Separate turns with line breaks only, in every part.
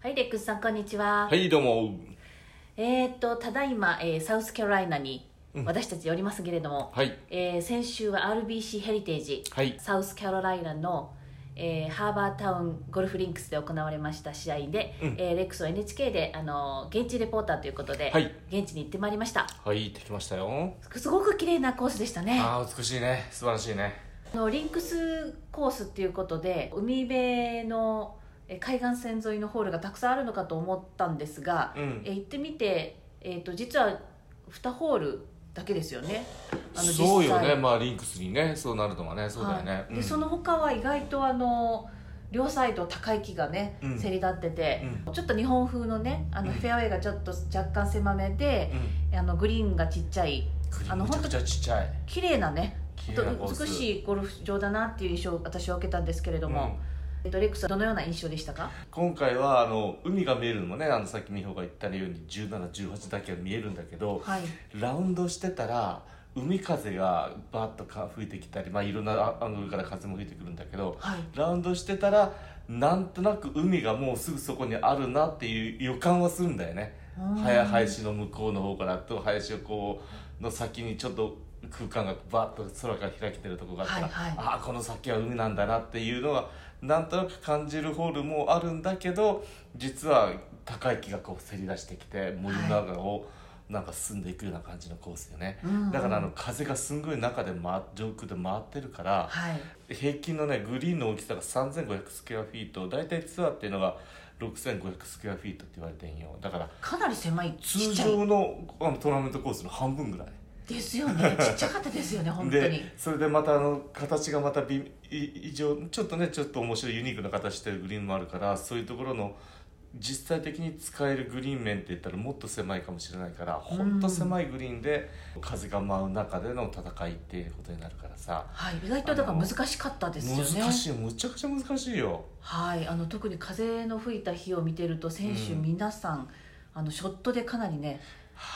はい、レックスさん、こんにちは。
はい、どうも。
えーっと、ただいま、えーサウスカロライナに
うん
私たちおりますけれども、
はい。
えー先週は RBC ヘリテージ、
はい。
サウスカロライナの、えーハーバータウンゴルフリンクスで行われました試合で、
うん
えーレックスは NHK で、あのー現地レポーターということで、
はい
現地に行ってまいりました。
はい、できましたよ。
すごく綺麗なコースでしたね。
ああ、美しいね。素晴らしいね。
あのリンクスコースっていうことで海辺のえ海岸線沿いのホールがたくさんあるのかと思ったんですが、
うん
え行ってみて、えー、と実は2ホールだけですよね
そうよね。
実際
まあ、リンクスにね、そうなるとはね、そうだよね
は。い
うん
でその他は意外とあの両サイド高い木がね
うん
せり立ってて、ちょっと日本風のねあの
うん
フェアウェイがちょっと若干狭めで
う、ん。
あのグリーンがちっちゃいあ
あ
の
の、めちゃくちゃちっちゃい。
綺麗なね
綺麗な
本
コー
当
ス
美しいゴルフ場だなっていう印象を私は受けたんですけれども、
うん
えっとレックスはどのような印象でしたか
今回は、あの、海が見えるのもね、あの、さっき美穂が言ったように、17、18だけは見えるんだけど、
はい
ラウンドしてたら、海風がバーッとか吹いてきたり、まあ、いろんなあアングルから風も吹いてくるんだけど、
はい
ラウンドしてたらなんとなく海がもうすぐそこにあるなっていう予感はするんだよね
うん
早林の向こうの方からと林をこうの先にちょっと空間がバッと空が開けてるとこがあったら、
はいはい
ああこの先は海なんだなっていうのはなんとなく感じるホールもあるんだけど実は高い木がこうせり出してきて森の中をなんか進んでいくような感じのコースよね、
うん
だからあの風がすんごい中で回上空で回ってるから、
はい
平均のねグリーンの大きさが3500スクエアフィート大体ツアーっていうのが6500スクエアフィートって言われてんよだから
かなり狭いち
通
っちゃい
常のあのトーナメントコースの半分ぐらい
ですよ ねちっちゃかったですよね本当
で
に
それでまたあの形がまた微異常ちょっとねちょっと面白いユニークな形してるグリーンもあるからそういうところの実際的に使えるグリーン面って言ったらもっと狭いかもしれないからほんと狭いグリーンで風が舞う中での戦いっていうことになるからさ
はい意外とだから難しかったですよね
難しいむちゃくちゃ難しいよ。
はいあの特に風の吹いた日を見てると選手
うん
皆さん、あのショットでかなりね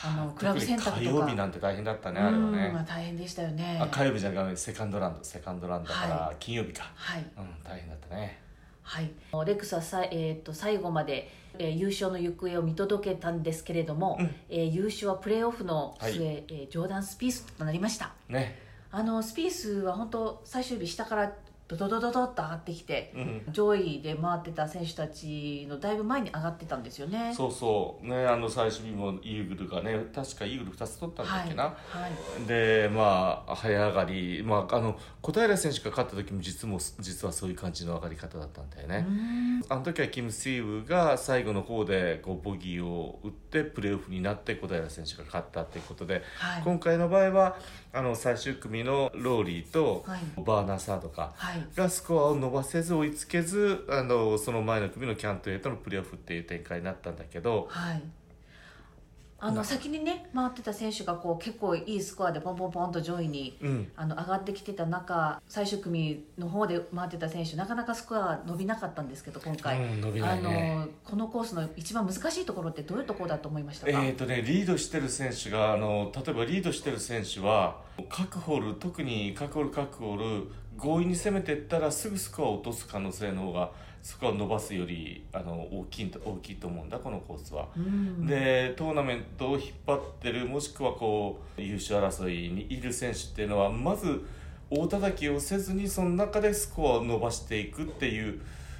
あのクラブ選択とか
特に火曜日なんて大変だったねあれは
うんまあ
ね
大変でしたよね
あ火曜日じゃなくてセカンドラウンドセカンドラウンドだから、
は
金曜日か
はい
うん大変だったね
はい、レックスはさ、えー、と最後まで、えー優勝の行方を見届けたんですけれども、
うん
えー優勝はプレーオフの末、
は
えージョーダン・スピースとなりました
ね
あのスピースは本当最終日下からドドドドドッと上がってきて、
うん
上位で回ってた選手たちのだいぶ前に上がってたんですよね
そうそうねあの最終日もイーグルがね確かイーグル2つ取ったんだっけな、
はいはい
でまあ早上がり、まあ、あの小平選手が勝った時も実も実はそういう感じの上がり方だったんだよね、あの時はキム・スイーブが最後の方でこうボギーを打ってプレーオフになって小平選手が勝ったっていうことで、
はい
今回の場合はあの最終組のローリーと
はい
バーナーサードか
はい
がスコアを伸ばせず追いつけずあのその前の組のキャントレーとのプレーオフっていう展開になったんだけど
はいあの先にね回ってた選手がこう結構いいスコアでポンポンポンと上位に
うん
あの上がってきてた中最終組の方で回ってた選手なかなかスコアが伸びなかったんですけど今回、
うん伸びな
あ
いね
のこのコースの一番難しいところってどういうところだと思いました
え
か、
ーとね、リードしてる選手があの例えばリードしてる選手は各ホール特に各ホール各ホール強引に攻めていったらすぐスコアを落とす可能性の方がスコアを伸ばすよりあの大きいと大きいと思うんだこのコースは。
うん
でトーナメントを引っ張ってるもしくはこう優勝争いにいる選手っていうのはまず大叩きをせずにその中でスコアを伸ばしていくっていう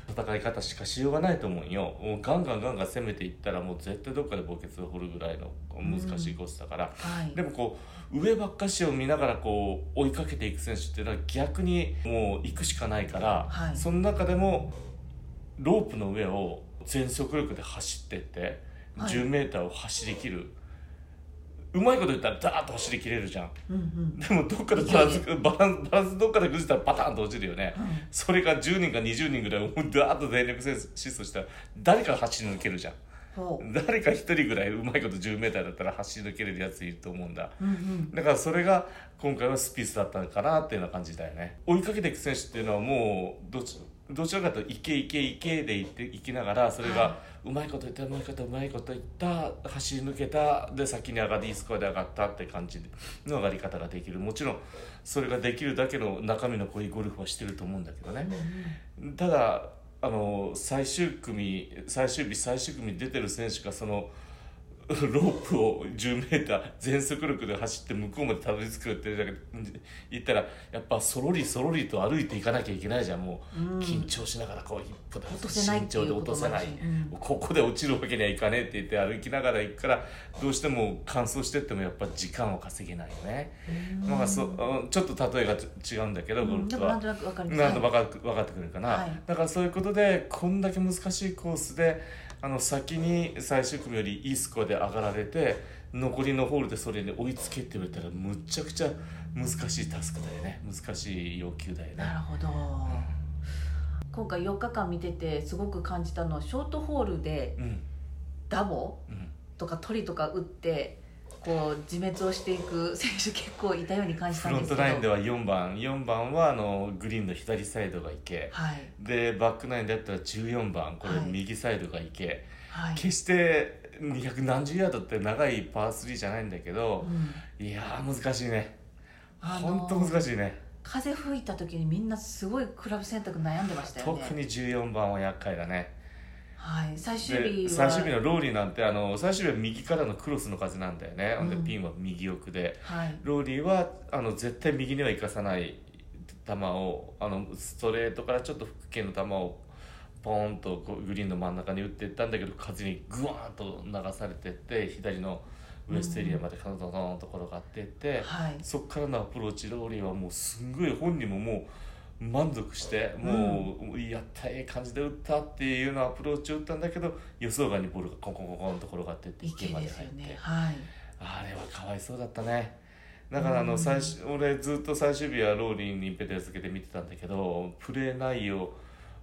戦い方しかしようがないと思うんよもうガンガンガンガン攻めていったらもう絶対どっかで墓穴を掘るぐらいの難しいコースだから、
はい
でもこう上ばっかしを見ながらこう追いかけていく選手っていうのは逆にもう行くしかないから、
はい
その中でもロープの上を全速力で走ってって、
はい
10メーターを走り切るうまいこと言ったらダーッと走り切れるじゃん
うんうん
でもどっかでバランスバランスバランスどっかで崩したらバタンと落ちるよね、
うん
それが10人か20人ぐらいをダーッと全力疾走したら誰か走り抜けるじゃん
ほ
誰か1人ぐらいうまいこと10メーターだったら走り抜けれるやついると思うんだ
ううんうん
だからそれが今回はスピースだったのかなっていうような感じだよね追いかけていく選手っていうのはもうどちどちらかというと「いけいけいけ」でいっていきながらそれ
は
がうまいこと言ったうまいことうまいこと言った走り抜けたで先に上がりいいスコアで上がったって感じの上がり方ができるもちろんそれができるだけの中身の濃いゴルフはしてると思うんだけどねただあの最終組最終日最終組に出てる選手がそのロープを 10m 全速力で走って向こうまでたどり着くって言ったらやっぱそろりそろりと歩いていかなきゃいけないじゃんもう、
うん
緊張しながらこう一歩で
落とせないっ
慎
てい
重で
う
落
こと
とせ
もあ
な
る
い
しうん
ここで落ちるわけにはいかねえって言って歩きながら行くからどうしても乾燥してってもやっぱ時間を稼げないよね、
うん
まあ、そうんちょっと例えがち違うんだけど、
う
ゴ
ん、
ルフ
で
と
もな
は
んとなくわかります
なんと分か分かってくるかな、
はい
だからそういうことでこんだけ難しいコースであの先に最終組よりいいスコアで上がられて残りのホールでそれに追いつけって言われたらむちゃくちゃ難しいタスクだよね難しい要求だよね
なるほど、今回4日間見ててすごく感じたのはショートホールで
うん
ダボ
うん
とかトリとか打ってこう自滅をしていく選手結構いたように感じたん
フロ
で
ン
すけ
ト
ど
ナインでは4番4番はあのグリーンの左サイドが池
はい
でバックナインだったら14番これ
はい
右サイドが池、
はい、
決して200何十ヤードって長いパー3じゃないんだけど、
うん
いやー難しいね
あ
ほ
の
んと難しいね
風吹いた時にみんなすごいクラブ選択悩んでましたよね
特に14番は厄介だね
はい、最終日
で
は
最終日のローリーなんてあの最終日は右からのクロスの風なんだよね、ほんで
うん
ピンは右奥で
はい、
ローリーはあの絶対右には行かさない球をあのストレートからちょっと福系の球をポーンとこうグリーンの真ん中に打っていったんだけど風にグワーンと流されてって左のウエストエリアまでカドドドーンと転がっていって、
はい、
そっからのアプローチローリーはもうすんごい本人ももう満足してもう、やったええ感じで打ったっていうようなアプローチを打ったんだけど予想外にボールがコンコンコンコンと転がってって
池
ま
で
です入っ
よ
て、
ねはい
あれはかわいそうだったねだからあ
う
の
ん
最初俺ずっと最終日はローリーにペテルつけて見てたんだけどプレー内容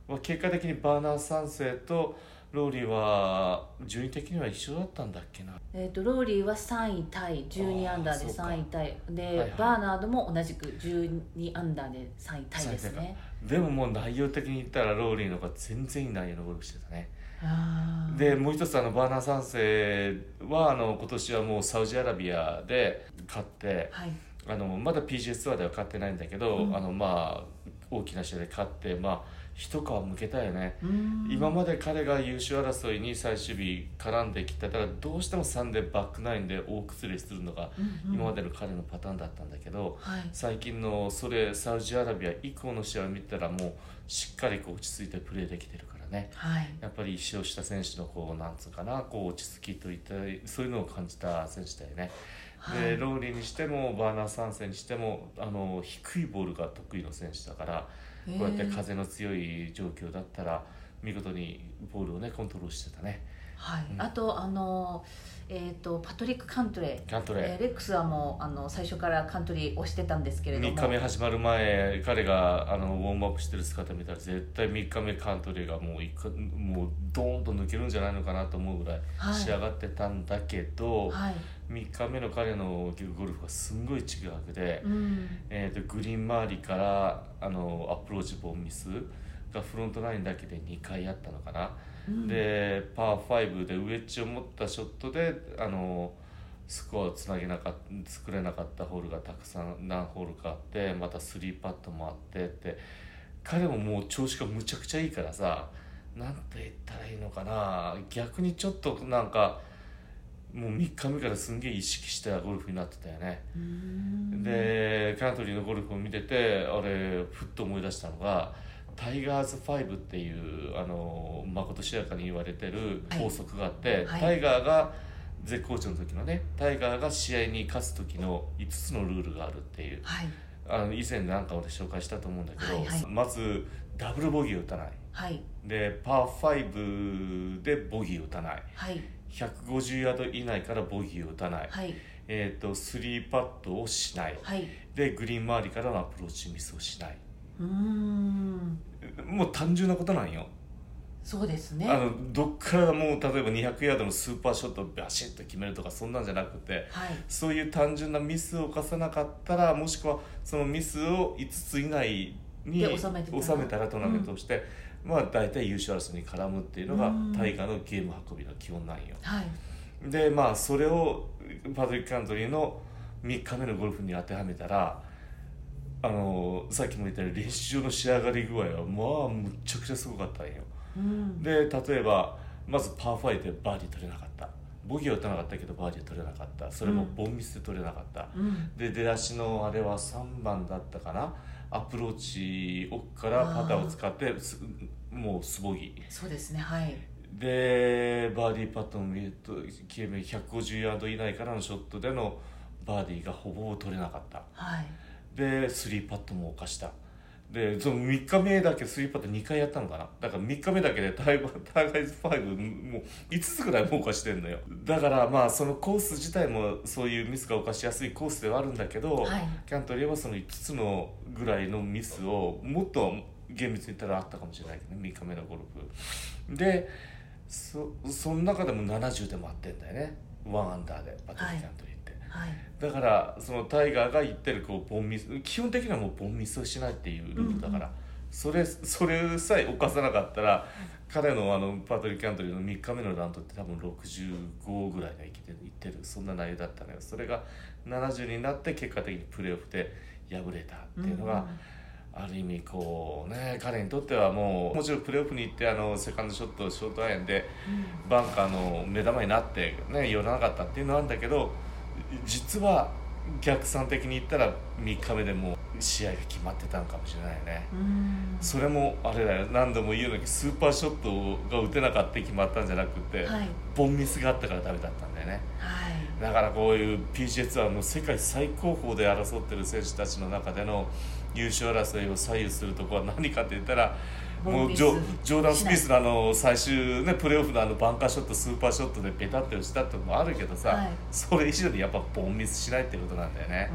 は結果的にバーナー3世とローリーは順位的には一緒だったんだっけな
えー、とローリーは3位タイ12アンダーで
あーそうか
3位タイで、
はいはい
バーナードも同じく12アンダーで3位タイですね
でももう内容的に言ったらローリーの方が全然いい内容のゴルフしてたね
あー
でもう一つあのバーナー三世はあの今年はもうサウジアラビアで勝って
はい
あのまだ PGA ツアーでは勝ってないんだけど、
うん
あのまあ大きな試合で勝ってまあ一皮むけたよね、
うーん
今まで彼が優勝争いに最終日絡んできたからどうしても3でバックナインで大崩れするのが
うんうん
今までの彼のパターンだったんだけど、
はい
最近のそれサウジアラビア以降の試合を見たらもうしっかりこう落ち着いてプレーできてるからね
はい
やっぱり一勝した選手のこうなんつうかなこう落ち着きといったそういうのを感じた選手だよね、
はい
でローリーにしてもバーナー3世にしてもあの低いボールが得意の選手だから
えー
こうやって風の強い状況だったら見事にボールをねコントロールしてたね
はい
うん
あとあのえっ、とパトリック・カントレー
キャントレー
えーレックスはもうあの最初からカントリー推してたんですけれども
3日目始まる前彼があのウォームアップしてる姿見たら絶対3日目カントリーがもういくもうドーンと抜けるんじゃないのかなと思うぐらい
はい
仕上がってたんだけど、
はい、
3日目の彼のゴルフはすんごい違うで、
うん、
えー、とグリーン周りからあのアプローチボンミスがフロントラインだけで2回あったのかな。
うん
でパー5でウエッジを持ったショットであのスコアをつなげなかっ作れなかったホールがたくさん何ホールかあってまた3パットもあってって彼ももう調子がむちゃくちゃいいからさなんて言ったらいいのかな逆にちょっとなんかもう3日目からすんげえ意識したゴルフになってたよね。
うーん
でカントリーのゴルフを見ててあれふっと思い出したのがタイガーズ5っていうあのまことしやかに言われてる
はい
法則があって、
はい
タイガーが絶好調の時のねタイガーが試合に勝つ時の5つのルールがあるっていう
はい
あの以前なんか俺紹介したと思うんだけど、
はいはい
まずダブルボギーを打たない
はい
でパー5でボギーを打たない
はい
150ヤード以内からボギーを打たない、
はい
えっと3パットをしない、
はい
でグリーン周りからのアプローチミスをしないう
ーん
もう単純なことなんよ、
そうですね
あ
は
のどっからもう例えば200ヤードのスーパーショットをバシッと決めるとかそんなんじゃなくて
い
そういう単純なミスを犯さなかったらもしくはそのミスを5つ以内に
で収めてたら
収めたらトーナメントをして、まあ大体優勝争いに絡むっていうのが
うん
大河のゲーム運びの基本なんよ
はい
でまあそれをパトリック・カントリーの3日目のゴルフに当てはめたらあのさっきも言ったように練習場の仕上がり具合はまあむっちゃくちゃすごかったんよ
うん
で例えばまずパー5でバーディー取れなかったボギーは打たなかったけどバーディー取れなかったそれもボンミスで取れなかった、
うん
で出だしのあれは3番だったかなアプローチ奥からパターを使ってすもう素ボギ
そうですねはい
ーでバーディーパットの見ると切れ目150ヤード以内からのショットでのバーディーがほぼ取れなかった
はい
でスリーパットも犯したでその3日目だけスリーパット2回やったのかなだから3日目だけでタイバターガイズ5もう5つぐらいもう犯してんのよだからまあそのコース自体もそういうミスが犯しやすいコースではあるんだけど、
はい
キャントリーはその5つのぐらいのミスをもっと厳密に言ったらあったかもしれないけどね3日目のゴルフでそその中でも70でもあってんだよね1アンダーでバトルキャントリーって、
はい
だからそのタイガーが言ってるこうボンミス基本的にはもうボンミスをしないっていうルールだから、それそれさえ犯さなかったら彼のあのパトリック・キャントリーの3日目のラウンドって多分65ぐらいがいけていってるそんな内容だったのよそれが70になって結果的にプレーオフで敗れたっていうのが、ある意味こうね彼にとってはもうもちろんプレーオフに行ってあのセカンドショットショートアイアンで
うん
バンカーの目玉になって、ね、寄らなかったっていうのはあるんだけど実は逆算的に言ったら3日目でもう試合が決まってたのかもしれないよね、
うん
それもあれだよ何度も言うのにスーパーショットが打てなかったって決まったんじゃなくて、
はい
ボンミスがあったからダメだったんだよね
はい
だからこういう PGA ツアーの世界最高峰で争ってる選手たちの中での優勝争いを左右するところは何かって言ったらも
ボン
う
ミ
ジ
ス
ョジョーダン・スミスのあの最終、ね、プレーオフのあのバンカーショットスーパーショットでペタッとしたってのもあるけどさ、
はい
それ以上にやっぱボンミスしないってことなんだよね、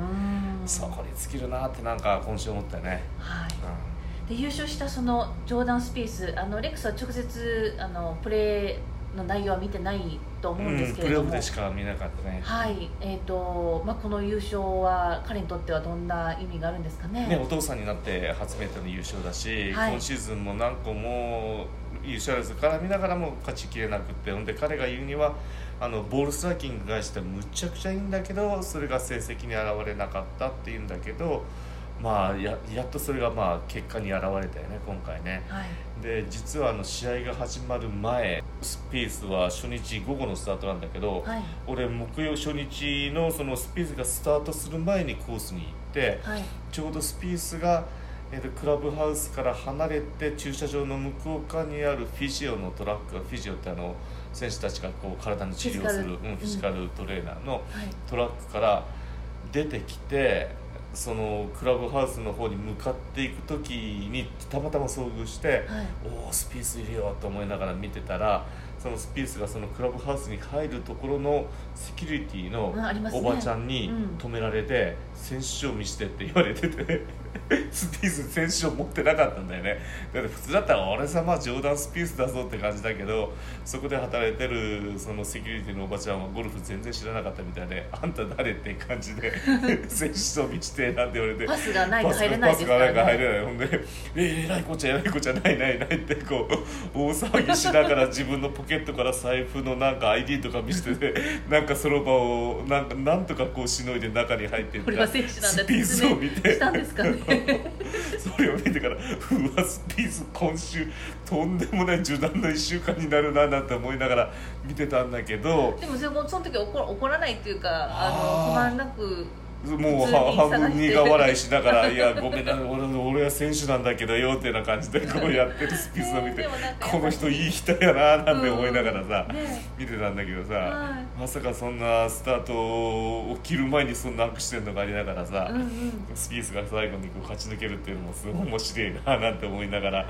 うん
そこに尽きるなってなんか今週思ったよね、
はい
うん
で優勝したそのジョーダン・スピースあのレックスは直接あのプレーの内容は見てないと思うんで
うん
すけ
プ
れ
レ
ど
ーオ
も、
フでしか見なかったね
はいえーとまあ、この優勝は彼にとってはどんな意味があるんですかね
ね、お父さんになって初めての優勝だし、
はい
今シーズンも何個も優勝争いから見ながらも勝ちきれなくてほんで彼が言うにはあのボールストライキングに関してはむちゃくちゃいいんだけどそれが成績に現れなかったっていうんだけど、まあ、ややっとそれがまあ結果に現れたよね今回ね。
はい
で実はあの試合が始まる前スピースは初日午後のスタートなんだけど、
はい
俺木曜初日のそのスピースがスタートする前にコースに行って。
はい
ちょうどスピースが、えーとクラブハウスから離れて駐車場の向こう側にあるフィジオのトラックフィジオってあの選手たちがこう体の治療をする
フィジカル
うん、フィジカルトレーナーの
はい
トラックから出てきてそのクラブハウスの方に向かっていく時にたまたま遭遇して。
はい
おおスピースいるよと思いながら見てたらそのスピースがそのクラブハウスに入るところのセキュリティの
うんありますね
おばちゃんに
うん
止められて「選手証見して」って言われてて スピース選手証持ってなかったんだよねだって普通だったら「俺様ジョーダンスピースだぞ」って感じだけどそこで働いてるそのセキュリティのおばちゃんはゴルフ全然知らなかったみたいで「あんた誰?」って感じで 「選手証見して」なんて言われて
パスがないと
パス
入れないですから
パスがないから入
ね
れないほんで「ええらいこっちゃえらいこっちゃないないない」ってこう大騒ぎしながら自分のポケットから財布のなんか ID とか見せて てなんかその場をなんかなんとかこうしのいで中に入っていっ
こ
た
れ
ら
は選手なんだ
ス
っ
ピ
て
ース
説
を
明
見て
したんですか ね
それを見てから「うわスピース今週とんでもない受難の1週間になるな」なんて思いながら見てたんだけど
でもそのその時怒怒らないっていうかあの
あー
不満なく普通に探し
もうは
て
半分苦笑いしながら「いやごめんな俺俺は選手なんだけどよ」っていうような感じでこうやってるスピースを見て
でもなんか
この人いい人やななんて思いながらさ
うんね
見てたんだけど
は
さまさかそんなスタートを切る前にそんなアクシデントがありながらさ
うんうん
スピースが最後にこう勝ち抜けるっていうのもすごい面白いななんて思いながら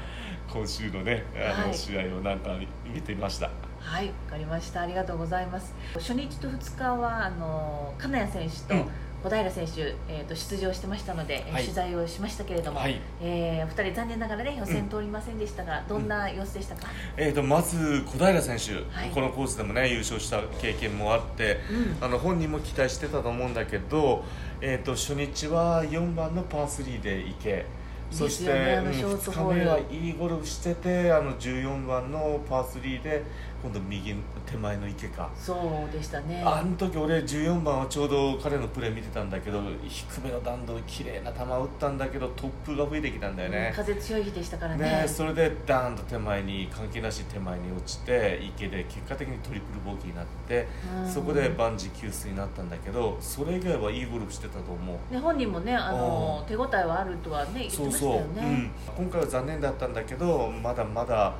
今週のねあ
は
の
い
試合をなんか見てみました。
はい、わかりました。ありがとうございます。初日と2日はあの金谷選手と
うん
小平選手、えーと出場してましたので、えー
はい
取材をしましたけれども、
はい
えーお二人残念ながらね予選通りませんでしたが、どんな様子でしたか？
えー、とまず小平選手、
はい
このコースでもね優勝した経験もあって、
うん
あの本人も期待してたと思うんだけど、えー、と初日は4番のパー3で池そ
で
し
すよね
て、
あのショートホール
2日目はいいゴルフしててあの14番のパー3で今度右手前の池か、
そうでしたね
あの時俺14番はちょうど彼のプレー見てたんだけど低めの弾道綺麗な球を打ったんだけど突風が吹いてきたんだよね、
風強い日でしたからね
ね、それでダーンと手前に関係なし手前に落ちて池で結果的にトリプルボギーになって、
うん
そこで万事休水になったんだけどそれ以外はいいゴルフしてたと思う
ね、本人もねあの
うん
手応えはあるとはね言ってましたよ
う、
ね
うん、今回は残念だったんだけどまだまだ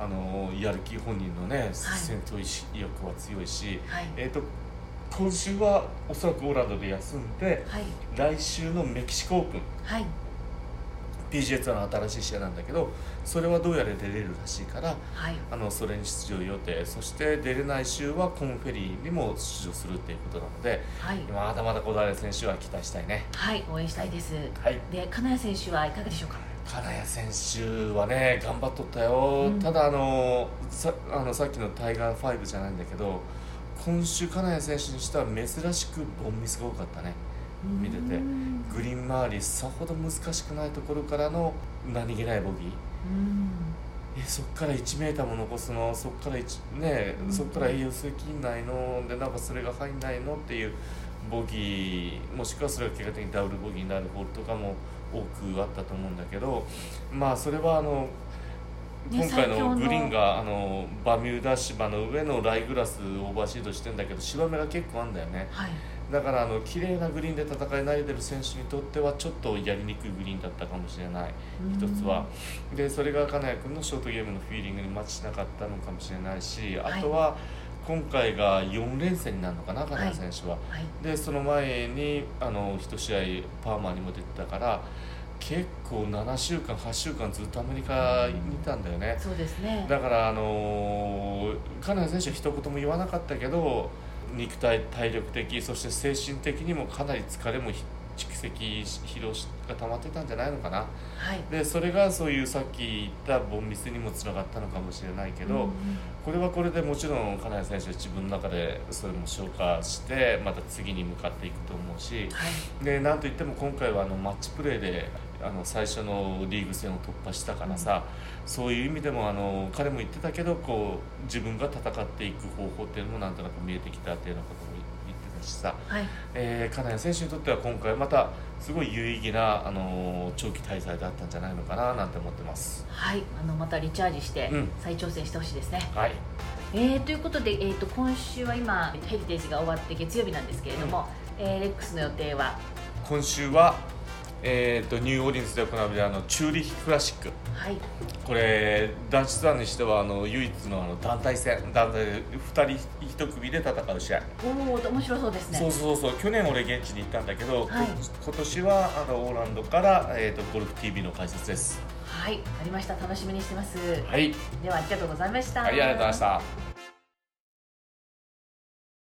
あのやる気本人のね戦闘意識意欲は強いし、
はい
えー、と今週はおそらくオーランドで休んで
はい
来週のメキシコオープン
はい
PGA ツアーの新しい試合なんだけどそれはどうやら出れるらしいから
はい
あのそれに出場予定そして出れない週はコンフェリーにも出場するっていうことなので
はい
まだまだこだわり選手は期待したいね
はい応援したいです
はい
で金谷選手はいかがでしょうか
金谷選手はね頑張っとったよ、
うん
ただあのさあのさっきのタイガー5じゃないんだけど今週金谷選手にしては珍しくボンミスが多かったね見てて
うん
グリーン周りさほど難しくないところからの何気ないボギー
うん
えそっから 1m も残すのそっから1ね
うん
そっから栄養素切んないのでなんかそれが入んないのっていうボギーもしくはそれが結果的にダブルボギーになるホールとかも多くあったと思うんだけどまあそれはあの、
ね
今回
最強の
のグリーンがあのバミューダ芝の上のライグラスオーバーシードしてんだけど芝目が結構あんだよね
はい
だからあの綺麗なグリーンで戦い慣れてる選手にとってはちょっとやりにくいグリーンだったかもしれない。一つは、でそれが金谷君のショートゲームのフィーリングにマッチしなかったのかもしれないし
はい
あとは今回が4連戦になるのかな金
はい
谷選手は、
うんはい
でその前にあの1試合パーマにも出てたから結構7週間8週間ずっとアメリカにいたんだよね
そうですね
だからあのー金谷選手は一言も言わなかったけど肉体体力的そして精神的にもかなり疲れもひ蓄積し疲労が溜まってたんじゃないのかな
はい
でそれがそういうさっき言ったボンミスにもつながったのかもしれないけど、
うん
これはこれでもちろん金谷選手は自分の中でそれも消化してまた次に向かっていくと思うし
はい
でなんといっても今回はあのマッチプレーであの最初のリーグ戦を突破したからさ、そういう意味でもあの彼も言ってたけどこう自分が戦っていく方法っていうのもなんとなく見えてきたっていうようなことも言ってたしさ、
はい
えー金谷選手にとっては今回またすごい有意義な、あのー長期滞在だったんじゃないのかななんて思ってます。
はいあのまたリチャージして
うん
再挑戦してほしいですね
はい、
えーということで、えー、と今週は今ヘリテージが終わって月曜日なんですけれども、えーレックスの予定は
今週は、えー、とニューオーリンズで行われるあのチューリヒクラシック
はい
これ男子ツアーにしてはあの唯一のあの団体戦団体で2人一組で戦う試合、
おお面白そうですね
そうそうそう去年俺現地に行ったんだけど、
はい
こ今年はあのオーランドから、えー、とゴルフ TV の解説です。
はいわかりました楽しみにしてます、
はい、
ではありがとうございました
ありがとうございました。